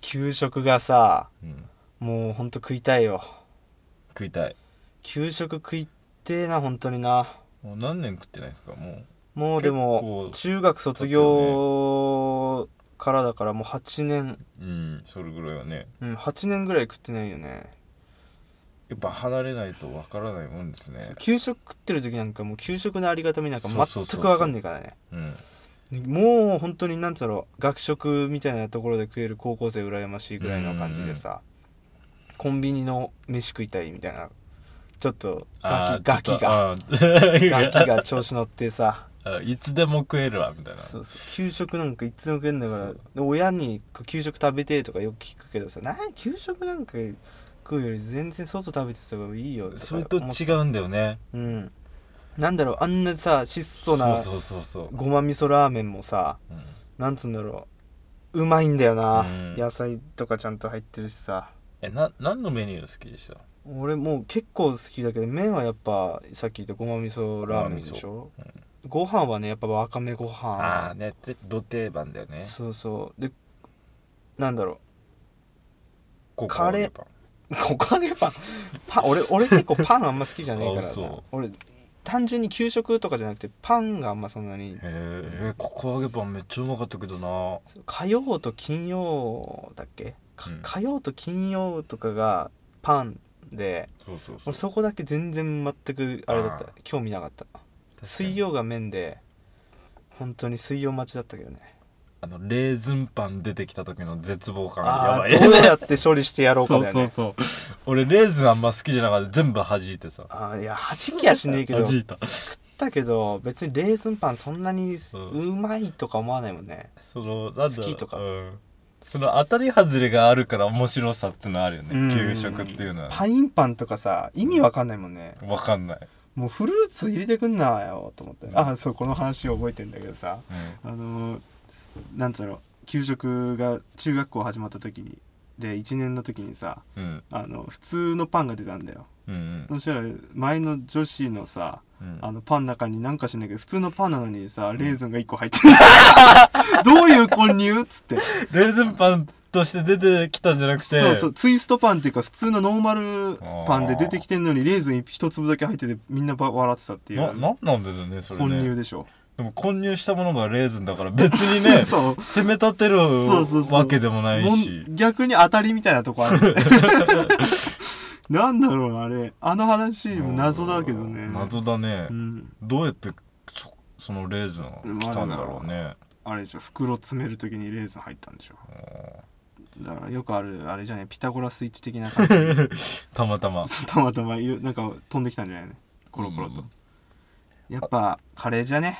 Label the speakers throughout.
Speaker 1: 給食がさ、
Speaker 2: うん、
Speaker 1: もうほんと食いたいよ。
Speaker 2: 食いたい
Speaker 1: 給食食いてえな、本当にな。
Speaker 2: もう何年食ってないですかも
Speaker 1: もうでも、
Speaker 2: 結
Speaker 1: 中学卒業からだからもう8年、
Speaker 2: ううんそれぐらいはね
Speaker 1: うん、8年ぐらい食ってないよね。
Speaker 2: やっぱ離れないとわからないもんですね
Speaker 1: そう給食食ってる時なんかもう給食のありがたみなんか
Speaker 2: そうそうそうそ
Speaker 1: 全
Speaker 2: う
Speaker 1: くわかんないからね。
Speaker 2: うん
Speaker 1: もう本当になんつうの学食みたいなところで食える高校生羨ましいぐらいの感じでさコンビニの飯食いたいみたいなちょっとガキガキが
Speaker 2: が
Speaker 1: ガ
Speaker 2: ガ
Speaker 1: キが調子乗ってさ
Speaker 2: いつでも食えるわみたいな
Speaker 1: そうそう給食なんかいつでも食えんだか
Speaker 2: そ
Speaker 1: ら
Speaker 2: う
Speaker 1: で親に給食食べてとかよく聞くけどさなに給食なんか食うより全然外食べてた方がいいよか
Speaker 2: それと
Speaker 1: 思っ
Speaker 2: 違うんだよね
Speaker 1: うんなんだろうあんなさ質素な
Speaker 2: そうそうそうそう
Speaker 1: ごま味噌ラーメンもさ
Speaker 2: うん
Speaker 1: なんつうんだろううまいんだよな、
Speaker 2: うん
Speaker 1: 野菜とかちゃんと入ってるしさ
Speaker 2: えな何のメニュー好きでした
Speaker 1: 俺もう結構好きだけど麺はやっぱさっき言ったごま味噌ラーメンでしょ、
Speaker 2: ごま味
Speaker 1: ご飯はねやっぱわかめご
Speaker 2: ああ
Speaker 1: 飯、
Speaker 2: ねてど定番だよね
Speaker 1: そうそうでなんだろ
Speaker 2: ココ
Speaker 1: カレー
Speaker 2: アパン
Speaker 1: う お金パンパン俺俺結構パンあんま好きじゃねえか
Speaker 2: あ
Speaker 1: らな
Speaker 2: そ
Speaker 1: 俺単純に給食とかじゃなくてパンがあんまそんなに
Speaker 2: へえここ揚げパンめっちゃうまかったけどな
Speaker 1: 火曜と金曜だっけ、か
Speaker 2: うん
Speaker 1: 火曜と金曜とかがパンで
Speaker 2: そうそうそ
Speaker 1: 俺
Speaker 2: う
Speaker 1: そこだけ全然全くあれだっ
Speaker 2: あ
Speaker 1: た
Speaker 2: ー
Speaker 1: 興味なかった
Speaker 2: に
Speaker 1: 水曜が麺で本当に水曜待ちだったけどね
Speaker 2: あのレーズンパン出てきた時の絶望感や
Speaker 1: あ
Speaker 2: ば
Speaker 1: あ
Speaker 2: い
Speaker 1: ーどうやって処理してやろうかだよね
Speaker 2: そうそうそう俺レーズンあんま好きじゃなかった全部弾いてさ
Speaker 1: あーいや弾きやしねえけど
Speaker 2: 弾
Speaker 1: 食っ
Speaker 2: いた
Speaker 1: たけど別にレーズンパンそんなに
Speaker 2: う
Speaker 1: うまいとか思わないもんね、
Speaker 2: そのなんだ
Speaker 1: 好きとか
Speaker 2: うん、その当たり外れがあるから面白さっていうのはあるよ
Speaker 1: うん
Speaker 2: ね給食っていうのは
Speaker 1: パインパンとかさ意味わかんないもんね、
Speaker 2: わかんない、
Speaker 1: もうフルーツ入れてくんなよと思って、ああそうこの話を覚えてんだけどさあのーなんつうの給食が中学校始まった時にで1年の時にさ
Speaker 2: うんうん
Speaker 1: あの普通のパンが出たんだよ
Speaker 2: うん
Speaker 1: そしたら前の女子のさ
Speaker 2: うん
Speaker 1: あのパンの中になんかしないけど普通のパンなのにさレーズンが1個入ってるどういう混入っつって
Speaker 2: レーズンパンとして出てきたんじゃなくて
Speaker 1: そうそうツイストパンっていうか普通のノーマルパンで出てきてんのにレーズン1粒だけ入っててみんなば笑ってたっていう
Speaker 2: ななんなんだよねそれ
Speaker 1: 混入
Speaker 2: ね
Speaker 1: でしょ
Speaker 2: でも混入したものがレーズンだから別にね
Speaker 1: そう
Speaker 2: 攻め立てる
Speaker 1: そうそうそう
Speaker 2: わけでもない
Speaker 1: もん
Speaker 2: し
Speaker 1: 逆に当たりみたいなとこあ るなんだろうなあれあの話も謎だけどね
Speaker 2: 謎だね、
Speaker 1: うん
Speaker 2: どうやってそそのレーズンが来たんだろうね
Speaker 1: あれでしょ袋詰めるときにレーズン入ったんでしょだからよくあるあれじゃないピタゴラスイッチ的な感じ
Speaker 2: たまたま
Speaker 1: たまたまいろなんか飛んできたんじゃないのコロコロと、
Speaker 2: うん
Speaker 1: やっぱカレーじゃね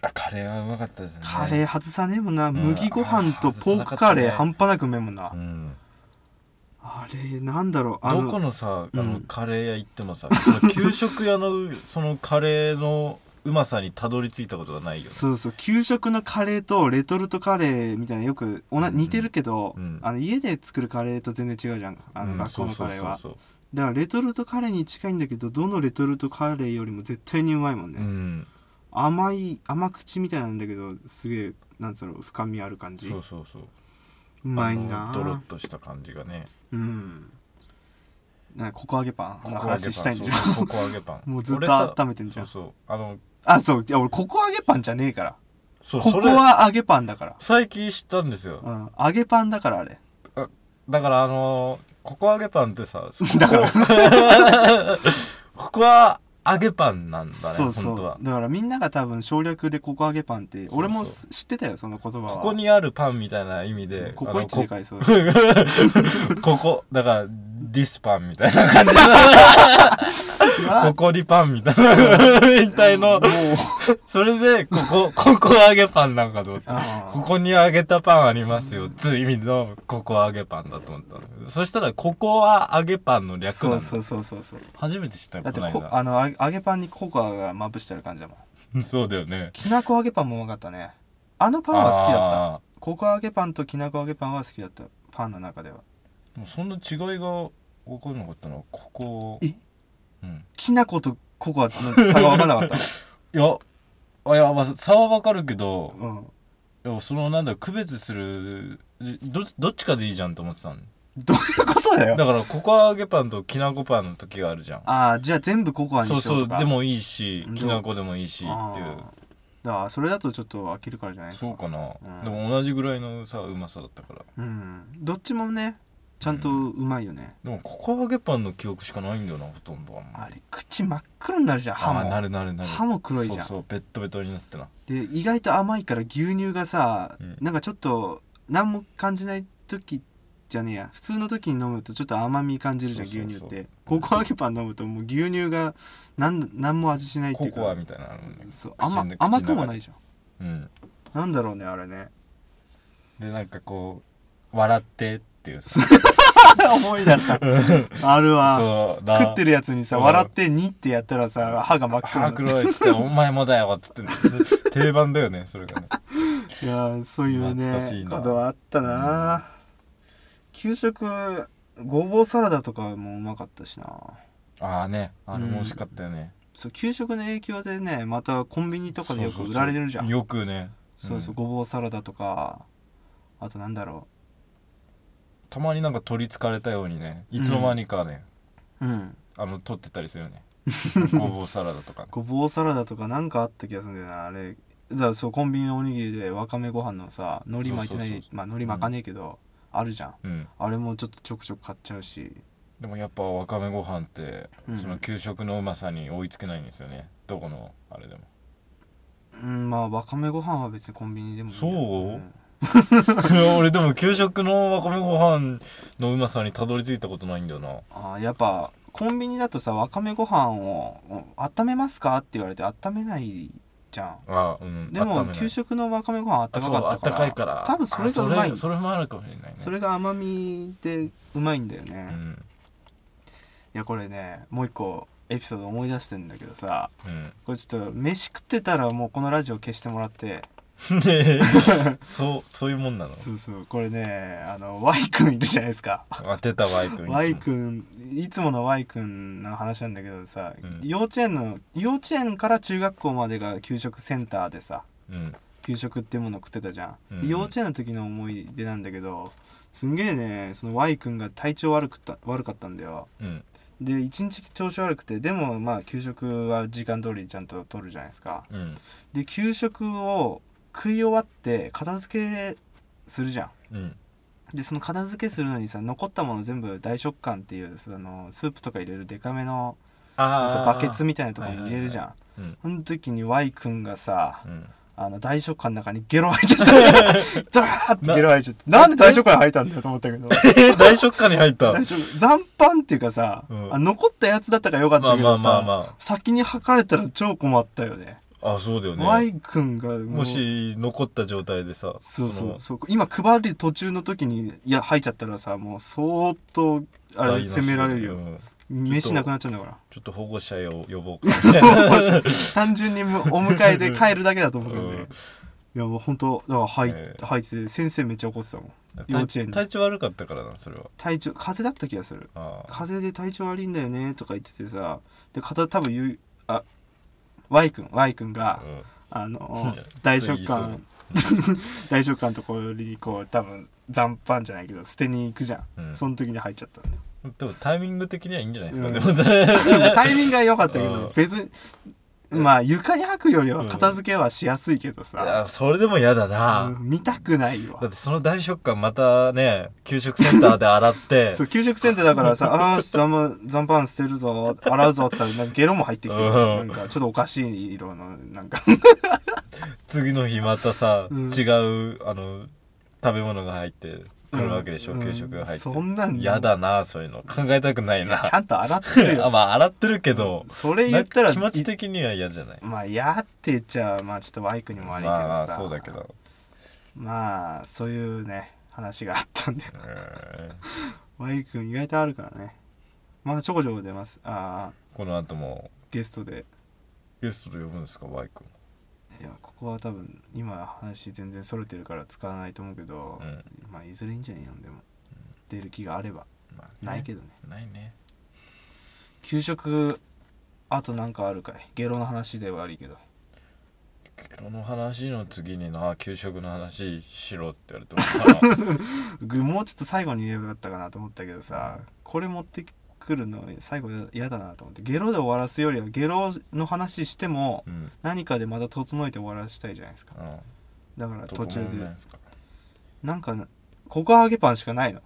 Speaker 2: あカレーはうまかったですね
Speaker 1: カレー外さねえもんな、
Speaker 2: ん
Speaker 1: 麦ご飯とポークカレー半端なくうめえもんな、
Speaker 2: うん
Speaker 1: あれなんだろうあ
Speaker 2: どこ
Speaker 1: の
Speaker 2: のさあ
Speaker 1: うん
Speaker 2: のカレー屋行ってもさ、その給食 屋のそのカレーのうまさにたどり着いたことがないよね
Speaker 1: そうそう給食のカレーとレトルトカレーみたいなよくおな
Speaker 2: うん
Speaker 1: 似てるけど、
Speaker 2: うん
Speaker 1: あの家で作るカレーと全然違うじゃんあの
Speaker 2: うん
Speaker 1: 学校のカレーは、
Speaker 2: そうそうそ
Speaker 1: だからレトルトカレーに近いんだけどどのレトルトカレーよりも絶対にうまいもんね、
Speaker 2: ううん
Speaker 1: 甘い甘口みたいなんだけどすげえなんつうの深みある感じ
Speaker 2: そう
Speaker 1: う
Speaker 2: そうそう
Speaker 1: まいな
Speaker 2: あのドロッとした感じがね
Speaker 1: うんなんかココ揚げパンの話したいんでしょ
Speaker 2: そうそうここ揚げパン
Speaker 1: もうずっと
Speaker 2: 俺さ
Speaker 1: 温めてんじゃん
Speaker 2: そうそうあの
Speaker 1: あそういや俺ココ揚げパンじゃねえから
Speaker 2: そう
Speaker 1: こ
Speaker 2: そ
Speaker 1: こ
Speaker 2: れ
Speaker 1: は揚げパンだから
Speaker 2: 最近知ったんですよ
Speaker 1: うん揚げパンだからあれ
Speaker 2: だからあのー、ここ揚げパンってさ
Speaker 1: だから
Speaker 2: ここは揚げパンなんだね
Speaker 1: そうそ
Speaker 2: 本当
Speaker 1: う
Speaker 2: は
Speaker 1: だからみんなが多分省略でココ揚げパンって
Speaker 2: うそう
Speaker 1: 俺もす知ってたよその言葉は
Speaker 2: ここにあるパンみたいな意味で
Speaker 1: ここ
Speaker 2: あの
Speaker 1: 一で買いそうだ
Speaker 2: ここ、だから、ディスパンみた いな感じ。ここリパンみたいな。みたいの。 それで、ここ、ここ揚げパンなんかと思って。
Speaker 1: あ
Speaker 2: ここに揚げたパンありますよ。つい意味の、ここ揚げパンだと思ったの。そしたら、ここは揚げパンの略な
Speaker 1: そ
Speaker 2: の。
Speaker 1: うそうそうそうそう
Speaker 2: 初めて知ったよ、
Speaker 1: だって
Speaker 2: この
Speaker 1: こ
Speaker 2: 間。
Speaker 1: あのあ揚げパンにココアがまぶしてある感じだもん
Speaker 2: そうだよね。
Speaker 1: きなこ揚げパンもうまかったねあのパンは好きだっ
Speaker 2: った
Speaker 1: ココア揚げパンときなこ揚げパンは好きだったパンの中では
Speaker 2: た。もうそんな違いが分かんなかったのは、ここ。
Speaker 1: え
Speaker 2: うん。
Speaker 1: きなことココアの差が分からなかった、
Speaker 2: いや、あいや、まあ、差は分かるけど、
Speaker 1: うん、
Speaker 2: いやそのなんだろう区別するどどっちかでいいじゃんと思ってたの
Speaker 1: どういうことだよ
Speaker 2: だからココア揚げパンときなこパンの時があるじゃん
Speaker 1: ああじゃあ全部ココアにし
Speaker 2: そ
Speaker 1: よ
Speaker 2: う
Speaker 1: うとか
Speaker 2: そうでもいいし
Speaker 1: うん
Speaker 2: きなこでもいいしっていう
Speaker 1: あーだからそれだとちょっと飽きるからじゃないですか
Speaker 2: そうかな、
Speaker 1: うん
Speaker 2: でも同じぐらいのさうまさだったから
Speaker 1: うんどっちもねちゃんとうまいよね、
Speaker 2: でもココア揚げパンの記憶しかないんだよなほとんどはもう
Speaker 1: あれ口真っ黒になるじゃん歯
Speaker 2: あー
Speaker 1: も
Speaker 2: なるなるなる
Speaker 1: 歯も黒いじゃん
Speaker 2: そうそうベッドベトになってな
Speaker 1: で意外と甘いから牛乳がさ、
Speaker 2: うん
Speaker 1: なんかちょっと何も感じない時じゃねえや普通の時に飲むとちょっと甘み感じるじゃん
Speaker 2: そうそうそう
Speaker 1: 牛乳ってココア揚げパン飲むともう牛乳が何何も味しないってい
Speaker 2: コ
Speaker 1: うか
Speaker 2: コアみたいなのあるもんね
Speaker 1: そう
Speaker 2: 口の
Speaker 1: 甘
Speaker 2: 口の中
Speaker 1: 甘くもないじゃん
Speaker 2: うん
Speaker 1: なんだろうねあれね
Speaker 2: でなんかこう笑ってっていうさ
Speaker 1: 思い出した あるわ
Speaker 2: そうだ
Speaker 1: 食ってるやつにさ
Speaker 2: うん
Speaker 1: 笑って「に」ってやったらさ歯が真っ
Speaker 2: 歯
Speaker 1: 黒になる
Speaker 2: 黒いっつって「お前もだよ」っつって定番だよねそれがね
Speaker 1: いやーそういうね
Speaker 2: 懐かしいな
Speaker 1: ことはあったな、給食ごぼうサラダとかもうまかったしな
Speaker 2: ああねあれも美味しかったよね、
Speaker 1: そう給食の影響でねまたコンビニとかでよく
Speaker 2: そうそうそう
Speaker 1: 売られるじゃんそう
Speaker 2: よくね
Speaker 1: そう
Speaker 2: うん
Speaker 1: ごぼうサラダとかあとなんだろ
Speaker 2: たまになんか取りつかれたようにねいつの間にかね、
Speaker 1: ううん
Speaker 2: あの取ってたりする よねごぼうサラダとか
Speaker 1: ごぼうサラダとかなんかあった気がするんだよなあれだからそうコンビニのおにぎりでわかめご飯のさ海苔巻いてない
Speaker 2: そうそうそ
Speaker 1: まあ海苔巻かねえけど、あるじゃん
Speaker 2: うん
Speaker 1: あれもちょっとちょくちょく買っちゃうし
Speaker 2: でもやっぱわかめご飯って、
Speaker 1: うん
Speaker 2: その給食のうまさに追いつけないんですよねどこのあれでも
Speaker 1: うんまあわかめご飯は別にコンビニでもいいよ
Speaker 2: そうん俺でも給食のわかめご飯のうまさにたどり着いたことないんだよな
Speaker 1: あーやっぱコンビニだとさわかめご飯を「温めますか?」って言われて温めないじゃん
Speaker 2: あうん
Speaker 1: でも給食のわかめご飯あったかかったから
Speaker 2: あそうあったかいから
Speaker 1: 多分それがうまい
Speaker 2: あそれそれもあるかもしれないね
Speaker 1: それが甘みでうまいんだよね、
Speaker 2: う
Speaker 1: い
Speaker 2: ん、
Speaker 1: やこれねもう一個エピソード思い出してんだけどさ
Speaker 2: うん、
Speaker 1: これちょっと飯食ってたらもうこのラジオ消してもらって
Speaker 2: ねえそうそういうもんなの
Speaker 1: そうそうこれねあの Y 君いるじゃないですか
Speaker 2: 当てた Y 君
Speaker 1: Y 君いつもの Y 君の話なんだけどさ、
Speaker 2: うん
Speaker 1: 幼稚園の幼稚園から中学校までが給食センターでさ
Speaker 2: うん
Speaker 1: 給食ってもの食ってたじゃん、で
Speaker 2: うん
Speaker 1: 幼稚園の時の思い出なんだけどすんげえねその Y 君が体調悪くた悪かったんだよ
Speaker 2: うん
Speaker 1: で一日調子悪くてでもまあ給食は時間通りちゃんと取るじゃないですか
Speaker 2: うん
Speaker 1: で給食を食い終わって片付けするじゃん
Speaker 2: うん
Speaker 1: でその片付けするのにさ残ったもの全部大食感っていうそのスープとか入れるデカめの
Speaker 2: ああ
Speaker 1: バケツみたいなとこに入れるじゃん、
Speaker 2: うん
Speaker 1: その時に Y 君がさ
Speaker 2: うん
Speaker 1: あの大食感の中にゲロ入っ ちゃってダーってゲロ入っちゃってなんで大食感入ったんだよと思ったけど
Speaker 2: えー大食感に入った
Speaker 1: 大食残飯っていうかさ、
Speaker 2: うん
Speaker 1: あ残ったやつだったからよかったけどさ、
Speaker 2: まあまあまあま
Speaker 1: 先に吐かれたら超困ったよね
Speaker 2: あそうだよね
Speaker 1: Y 君がもう
Speaker 2: もし残った状態でさ
Speaker 1: そうそう
Speaker 2: の
Speaker 1: そう今配る途中の時にいや入っちゃったらさもう相当あれ
Speaker 2: 台無し
Speaker 1: 責められるよ、
Speaker 2: うん
Speaker 1: 飯なくなっちゃうんだ から
Speaker 2: ちょっと保護者を呼ぼうかみたいな
Speaker 1: 単純にむお迎えで帰るだけだと思うけど
Speaker 2: う
Speaker 1: ね
Speaker 2: ん
Speaker 1: いやもう本当だから入っ
Speaker 2: ええ
Speaker 1: 入ってて先生めっちゃ怒ってたもん幼稚園
Speaker 2: 体体調悪かったからなそれは
Speaker 1: 体調風邪だった気がする
Speaker 2: ああ
Speaker 1: 風邪で体調悪いんだよねとか言っててさで片多分言うあ Y 君 Y 君が
Speaker 2: うん
Speaker 1: あの
Speaker 2: いや
Speaker 1: 大食
Speaker 2: 普通に
Speaker 1: 感 大食感のところにこう多分残飯じゃないけど捨てに行くじゃん、
Speaker 2: うん
Speaker 1: その時に入っちゃったんだよ
Speaker 2: でもタイミング的にはいいんじゃないですか、
Speaker 1: うん
Speaker 2: でもそれ
Speaker 1: でもタイミングが良かったけ
Speaker 2: うん
Speaker 1: ど別にまあ床に吐くよりは片付けはしやすいけどさ、
Speaker 2: あそれでも嫌だな、
Speaker 1: うん見たくないわ
Speaker 2: だってその大食感またね給食センターで洗っ て
Speaker 1: そう給食センターだから さ「ああー残飯捨てるぞ洗うぞ」って言ったらなんかゲロも入ってきてる
Speaker 2: うん
Speaker 1: なんかちょっとおかしい色のなんか
Speaker 2: 次の日またさ、
Speaker 1: うん
Speaker 2: 違うあの食べ物が入ってくるわけでしょ、
Speaker 1: うん
Speaker 2: 給食が入って、
Speaker 1: そんなん
Speaker 2: 嫌だなそういうの考えたくないな
Speaker 1: ちゃんと洗ってる
Speaker 2: あ
Speaker 1: よ
Speaker 2: まあ洗ってるけど、
Speaker 1: それ言ったら
Speaker 2: なんか気持ち
Speaker 1: い
Speaker 2: 的には嫌じゃない
Speaker 1: まあ嫌って言っちゃまあちょっとワイクにも悪いけどさ、
Speaker 2: まあそうだけど
Speaker 1: まあそういうね話があったんで
Speaker 2: うーん
Speaker 1: ワイ君意外とあるからねまあちょこちょこ出ますああ
Speaker 2: この後も
Speaker 1: ゲストで
Speaker 2: ゲストで呼ぶんですかバイク
Speaker 1: いやここは多分今話全然それてるから使わないと思うけど、
Speaker 2: うん
Speaker 1: まあいずれいいんじゃないのでも、出る気があれば
Speaker 2: まあね
Speaker 1: ないけどね
Speaker 2: ないね
Speaker 1: 給食あとなんかあるかいゲロの話で悪いけど
Speaker 2: ゲロの話の次にな給食の話しろって言われてもな
Speaker 1: ぐもうちょっと最後に言えばよかったかなと思ったけどさこれ持ってくるの最後嫌だなと思ってゲロで終わらすよりはゲロの話しても
Speaker 2: うん、
Speaker 1: 何かでまた整えて終わらしたいじゃないですか
Speaker 2: うん、
Speaker 1: だから途中で
Speaker 2: 整えないですか
Speaker 1: なんかここ揚げパンしかないの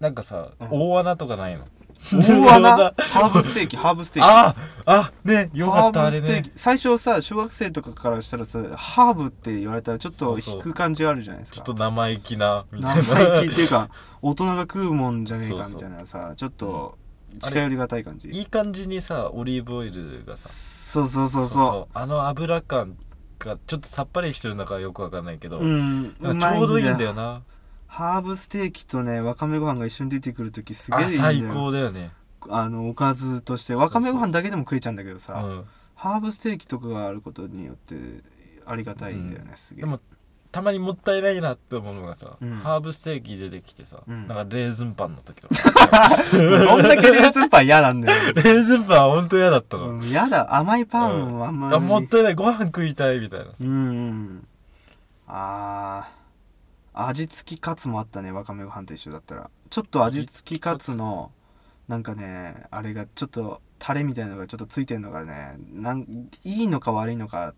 Speaker 2: なんかさ、
Speaker 1: うん
Speaker 2: 大穴とかないの
Speaker 1: 大 穴ハーブステーキハーブステーキ
Speaker 2: ああねよかった
Speaker 1: ハー
Speaker 2: あ
Speaker 1: ブ
Speaker 2: れ
Speaker 1: ステー
Speaker 2: ね
Speaker 1: キ最初さ小学生とかからしたらさハーブって言われたらちょっと
Speaker 2: そうそう
Speaker 1: 引く感じあるじゃないです
Speaker 2: ち
Speaker 1: か
Speaker 2: ょっと生意気なみたいな
Speaker 1: 生意気っていうか大人が食うもんじゃねえか
Speaker 2: そ
Speaker 1: み
Speaker 2: うそう
Speaker 1: たいなさちょっと近寄りがたい感じ
Speaker 2: いい感じにさオリーブオイルがさ
Speaker 1: そうそうそうそう
Speaker 2: あの油感がちょっとさっぱりしてるのかよくわかんないけど、
Speaker 1: うん
Speaker 2: なん
Speaker 1: ま
Speaker 2: かちょうどいいんだよな
Speaker 1: ハーブステーキとねわかめご飯が一緒に出てくるときすげえいい
Speaker 2: あ
Speaker 1: んだ
Speaker 2: 最
Speaker 1: よ
Speaker 2: 高だよね、
Speaker 1: あのおかずとして
Speaker 2: そうそう
Speaker 1: わかめご飯だけでも食えちゃうんだけど
Speaker 2: う
Speaker 1: さ、
Speaker 2: ん、
Speaker 1: ハーブステーキとかがあることによってありがたいんだよね、すげえ
Speaker 2: でもたまにもったいないなって思うのがさ、
Speaker 1: うん
Speaker 2: ハーブステーキ出てきてさ、
Speaker 1: うん
Speaker 2: なんかレーズンパンの時とか
Speaker 1: どんだけレーズンパン嫌なんだよ
Speaker 2: レーズンパンほんと嫌だったの、
Speaker 1: うん、やだ甘いパンはあんまり、
Speaker 2: あもったいないご飯食いたいみたいなさ
Speaker 1: うんうんあー味付きカツもあったねわかめご飯と一緒だったらちょっと味付きカツのなんかねあれがちょっとタレみたいなのがちょっとついてるのがねなんいいのか悪いのか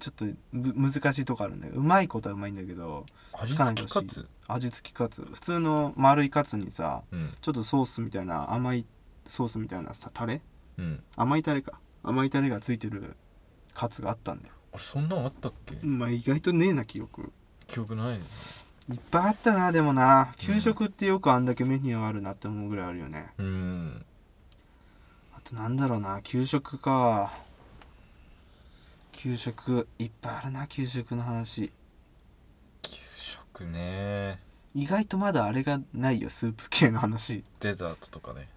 Speaker 1: ちょっとむ難しいとこあるんだけどうまいことはうまいんだけど
Speaker 2: 味付きカツ
Speaker 1: 味付きカツ普通の丸いカツにさ
Speaker 2: うん
Speaker 1: ちょっとソースみたいな甘いソースみたいなさタレ
Speaker 2: うん
Speaker 1: 甘いタレか甘いタレがついてるカツがあったんだよ
Speaker 2: あれそんなんあったっけ
Speaker 1: まあ意外とねえな記憶
Speaker 2: 記憶ないね
Speaker 1: いっぱいあったなでもな給食ってよくあんだけメニューあるなって思うぐらいあるよね
Speaker 2: うん
Speaker 1: あとなんだろうな給食か給食いっぱいあるな給食の話
Speaker 2: 給食ね
Speaker 1: 意外とまだあれがないよスープ系の話
Speaker 2: デザートとかね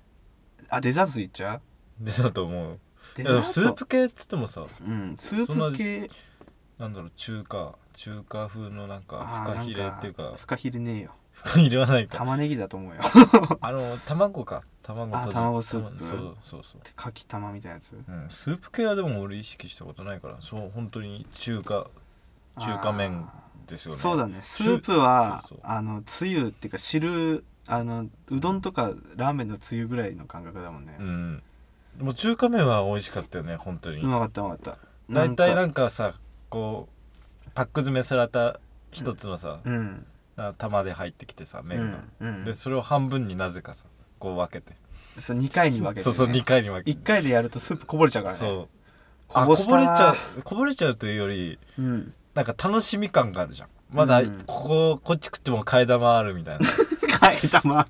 Speaker 1: あデザートいっちゃう
Speaker 2: デザート思う
Speaker 1: デ
Speaker 2: い
Speaker 1: ザー
Speaker 2: や
Speaker 1: ト
Speaker 2: スープ系っつってもさ
Speaker 1: うんスープ系
Speaker 2: なんだろう中華中華風のなんか
Speaker 1: あ
Speaker 2: フ
Speaker 1: ー
Speaker 2: カヒレっていう
Speaker 1: なん
Speaker 2: か
Speaker 1: フカヒレねえよ
Speaker 2: フカヒレはないか
Speaker 1: 玉ねぎだと思うよ
Speaker 2: あの卵か卵
Speaker 1: あ
Speaker 2: とじ
Speaker 1: 卵スープ
Speaker 2: そうそうそう
Speaker 1: かき玉みたいなやつ
Speaker 2: うん、スープ系はでも俺意識したことないからそう本当に中華中華麺ですよね
Speaker 1: そうだねスープは
Speaker 2: そうそう
Speaker 1: あのつゆっていうか汁あのうどんとかラーメンのつゆぐらいの感覚だもんね、
Speaker 2: うんでも中華麺は美味しかったよね本当に、
Speaker 1: うまかったうまかった
Speaker 2: 大体
Speaker 1: な
Speaker 2: なん
Speaker 1: か
Speaker 2: んかさこうパック詰めされた一つのさ、
Speaker 1: うん
Speaker 2: な玉で入ってきてさ
Speaker 1: う
Speaker 2: 麺が
Speaker 1: ん、うん
Speaker 2: でそれを半分になぜかさこう分けて
Speaker 1: そう2回に分けて、ね、
Speaker 2: そうそう2回に分けて
Speaker 1: 1回でやるとスープこぼれちゃうからね
Speaker 2: そうあ
Speaker 1: こぼ
Speaker 2: こぼれ
Speaker 1: し
Speaker 2: ち
Speaker 1: た
Speaker 2: ゃうこぼれちゃうというより
Speaker 1: うん
Speaker 2: なんか楽しみ感があるじゃんまだ
Speaker 1: うん
Speaker 2: こここっち食っても替え玉あるみたい
Speaker 1: 替え 玉
Speaker 2: な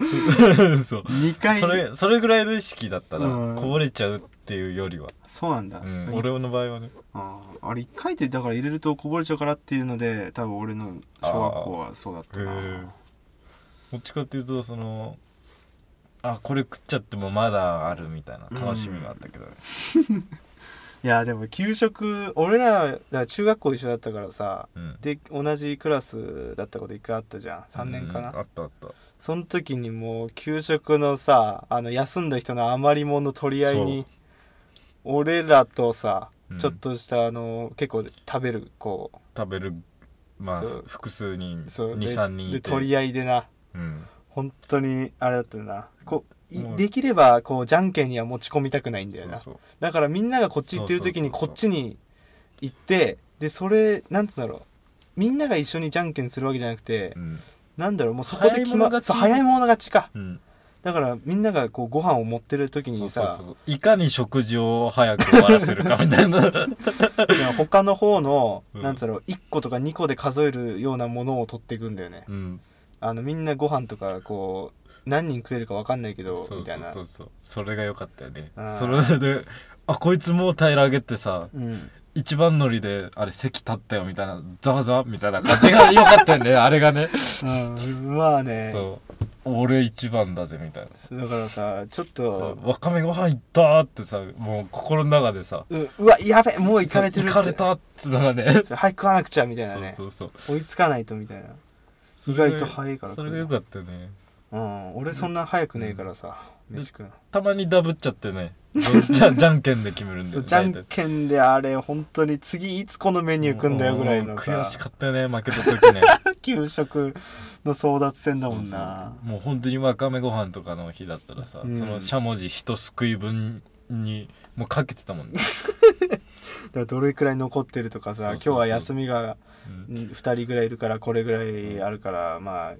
Speaker 2: そう
Speaker 1: 2回
Speaker 2: それそれぐらいの意識だったら
Speaker 1: うん
Speaker 2: こぼれちゃうっていうよりは、
Speaker 1: そうなんだ、
Speaker 2: うん、
Speaker 1: 俺
Speaker 2: 俺の場合はね
Speaker 1: あーあれ1回でだから入れるとこぼれちゃうからっていうので多分俺の小学校はそうだったな
Speaker 2: あーへーどっちかっていうとそのあこれ食っちゃってもまだあるみたいな
Speaker 1: うん
Speaker 2: 楽しみがあったけどね、
Speaker 1: いやでも給食俺らだから中学校一緒だったからさ
Speaker 2: うん、
Speaker 1: で同じクラスだったこと一回あったじゃん3年かな、
Speaker 2: うんあったあった
Speaker 1: その時にもう給食のさあの休んだ人の余り物の取り合いに俺らとさ、
Speaker 2: うん
Speaker 1: ちょっとしたあの結構食べるこ
Speaker 2: 食べるまあ
Speaker 1: そう
Speaker 2: 複数人
Speaker 1: うそうで
Speaker 2: 23人い
Speaker 1: で
Speaker 2: て
Speaker 1: 取り合いでな
Speaker 2: うん、
Speaker 1: 本当にあれだったよなこうい
Speaker 2: うん
Speaker 1: できればこうじゃんけんには持ち込みたくないんだよな
Speaker 2: そう
Speaker 1: だからみんながこっち行ってる時に
Speaker 2: そうそ
Speaker 1: こ
Speaker 2: うそうそ
Speaker 1: っ
Speaker 2: う
Speaker 1: ちに行ってでそれなんつうんだろうみんなが一緒にじゃんけんするわけじゃなくて、
Speaker 2: そううん、
Speaker 1: なんだろうもうそこで決ま
Speaker 2: 早い者勝ち
Speaker 1: そう早い者勝ちか
Speaker 2: うん、
Speaker 1: だからみんながこうご飯を持ってる時に
Speaker 2: そう
Speaker 1: さ
Speaker 2: そうそういかに食事を早く終わらせるかみたいな
Speaker 1: いや他の方の、
Speaker 2: うん
Speaker 1: なんつうの1個とか2個で数えるようなものを取っていくんだよね
Speaker 2: うん
Speaker 1: あのみんなご飯とかこう何人食えるか分かんないけど
Speaker 2: そう
Speaker 1: み
Speaker 2: そ
Speaker 1: たいうな
Speaker 2: そうそうそれが良かったよね
Speaker 1: あー
Speaker 2: それであこいつもう平らげてさ
Speaker 1: うん
Speaker 2: 一番乗りであれ席立ったよみたいなざわざわみたいな感じが良かったよ ねあれがね
Speaker 1: うんまあね
Speaker 2: そう俺一番だぜみたいな
Speaker 1: だからさちょっと、
Speaker 2: わかめご飯行ったーってさもう心の中でさ
Speaker 1: うんうわやべもう行かれてるって
Speaker 2: 行かれたってのがね
Speaker 1: 早く食わなくちゃみたいなね
Speaker 2: そうそうそう
Speaker 1: 追いつかないとみたいな
Speaker 2: そ
Speaker 1: 意
Speaker 2: れが
Speaker 1: 外と早いから
Speaker 2: それが良かったよね
Speaker 1: ううん俺そんな早くねえからさ、飯食うの
Speaker 2: たまにダブっちゃってねじゃじゃんけんで決めるんだ
Speaker 1: そ
Speaker 2: よ
Speaker 1: うじゃ
Speaker 2: 大
Speaker 1: ん
Speaker 2: 体
Speaker 1: けんであれ本当に次いつこのメニュー組んだよぐらいのさ
Speaker 2: 悔しかったよね負けた時ね
Speaker 1: 給食の争奪戦だもん
Speaker 2: そう
Speaker 1: な
Speaker 2: そうもう本当にわかめご飯とかの日だったらさ、
Speaker 1: うん
Speaker 2: そのしゃもじ一すくい分にもうかけてたもんね、
Speaker 1: だからどれくらい残ってるとかさ
Speaker 2: そうそうそう
Speaker 1: 今日は休みが
Speaker 2: うん
Speaker 1: 2人ぐらいいるからこれぐらいあるから、まあ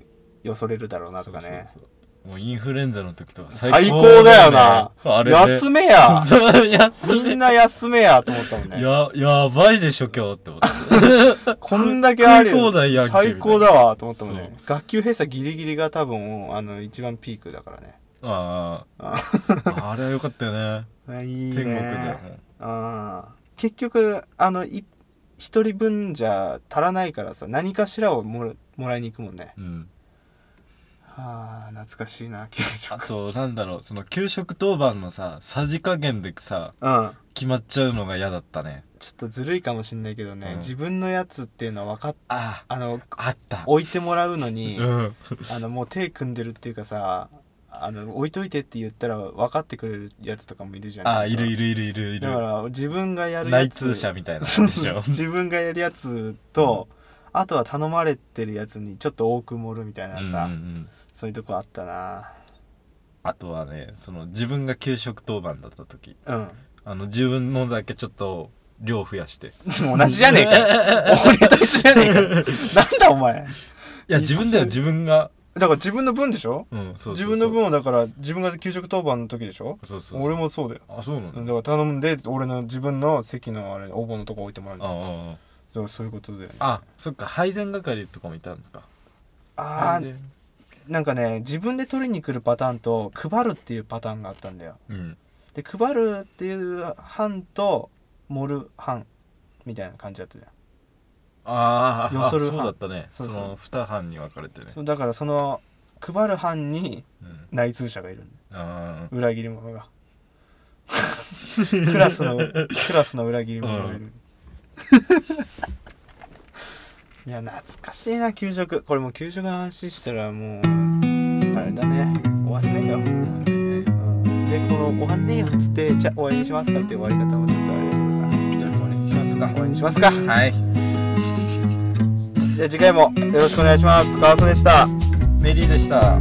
Speaker 1: よそれるだ ろうなとかね
Speaker 2: そうそうそうもうインフルエンザの時とか
Speaker 1: 最高だよな
Speaker 2: あれで
Speaker 1: 休めや
Speaker 2: そう休め
Speaker 1: みんな休めやと思ったもんね
Speaker 2: ややばいでしょ今日って思って
Speaker 1: こんだけある
Speaker 2: 食い放題やんけみたいな
Speaker 1: 最高だわと思ったもんね学級閉鎖ギリギリが多分あの一番ピークだからね
Speaker 2: あ
Speaker 1: あ
Speaker 2: ああれはよかったよね
Speaker 1: あいいね
Speaker 2: 天国だよも
Speaker 1: ああ結局あのい一人分じゃ足らないからさ何かしらをもらもらいに行くもんね
Speaker 2: う、うん、
Speaker 1: ああ懐かしいな給
Speaker 2: あ
Speaker 1: 食
Speaker 2: となんだろうその給食当番のささじ加減でさ
Speaker 1: うん
Speaker 2: 決まっちゃうのが嫌だったね
Speaker 1: ちょっとずるいかもしんないけどね、
Speaker 2: うん
Speaker 1: 自分のやつっていうのは分かっ
Speaker 2: あ
Speaker 1: あの
Speaker 2: ああった
Speaker 1: 置いてもらうのに、
Speaker 2: うん
Speaker 1: あのもう手組んでるっていうかさあの置いといてって言ったら分かってくれるやつとかもいるじゃん
Speaker 2: ああいる
Speaker 1: る
Speaker 2: いるいるいるいる
Speaker 1: だから自分がやる
Speaker 2: 内
Speaker 1: やつ
Speaker 2: 通者みたいな
Speaker 1: そう
Speaker 2: で しょ
Speaker 1: 自分がやるやつと、あとは頼まれてるやつにちょっと多く盛るみたいなさ、
Speaker 2: うんうんうん
Speaker 1: そういうとこあったな
Speaker 2: あとはねその自分が給食当番だった時
Speaker 1: うん
Speaker 2: あの自分のだけちょっと量増やしてい
Speaker 1: 同じじゃねえかよ 俺と一緒じゃねえかよなんだお前
Speaker 2: や自分だよ自分が、
Speaker 1: だから自分の分でしょ
Speaker 2: うん、そうそうそう
Speaker 1: 自分の分はだから自分が給食当番の時でしょ
Speaker 2: そうそうそう
Speaker 1: 俺もそうだよ
Speaker 2: あそうなんだ、
Speaker 1: だから頼んで俺の自分の席のあれ応募のとこ置いてもらう
Speaker 2: あああ
Speaker 1: そうそういうことで
Speaker 2: ああそっか配膳係とかもいたのか
Speaker 1: あ
Speaker 2: 配
Speaker 1: ー
Speaker 2: 膳
Speaker 1: なんかね自分で取りに来るパターンと配るっていうパターンがあったんだよ
Speaker 2: うん
Speaker 1: で配るっていう班と盛る班みたいな感じだったじゃん
Speaker 2: あーあ
Speaker 1: よそる
Speaker 2: そう
Speaker 1: 班
Speaker 2: だったね
Speaker 1: そ
Speaker 2: そう
Speaker 1: そう
Speaker 2: の二班に分かれてね
Speaker 1: そうだからその配る班に
Speaker 2: うん
Speaker 1: 内通者がいるんだよ
Speaker 2: あ
Speaker 1: 裏切り者が クラスのクラスの裏切り者がいる、 いや懐かしいな給食これもう給食の話したらもうあれだね終わんねえよ、う
Speaker 2: ー
Speaker 1: んでこの終わんねえよっつってじゃあ終わりにしますかっていう終わり方もちょっとあれだけどさ
Speaker 2: じゃあこれにしますか
Speaker 1: 終わりにしますか
Speaker 2: はい
Speaker 1: じゃあ次回もよろしくお願いします川瀬でした
Speaker 2: メリーでした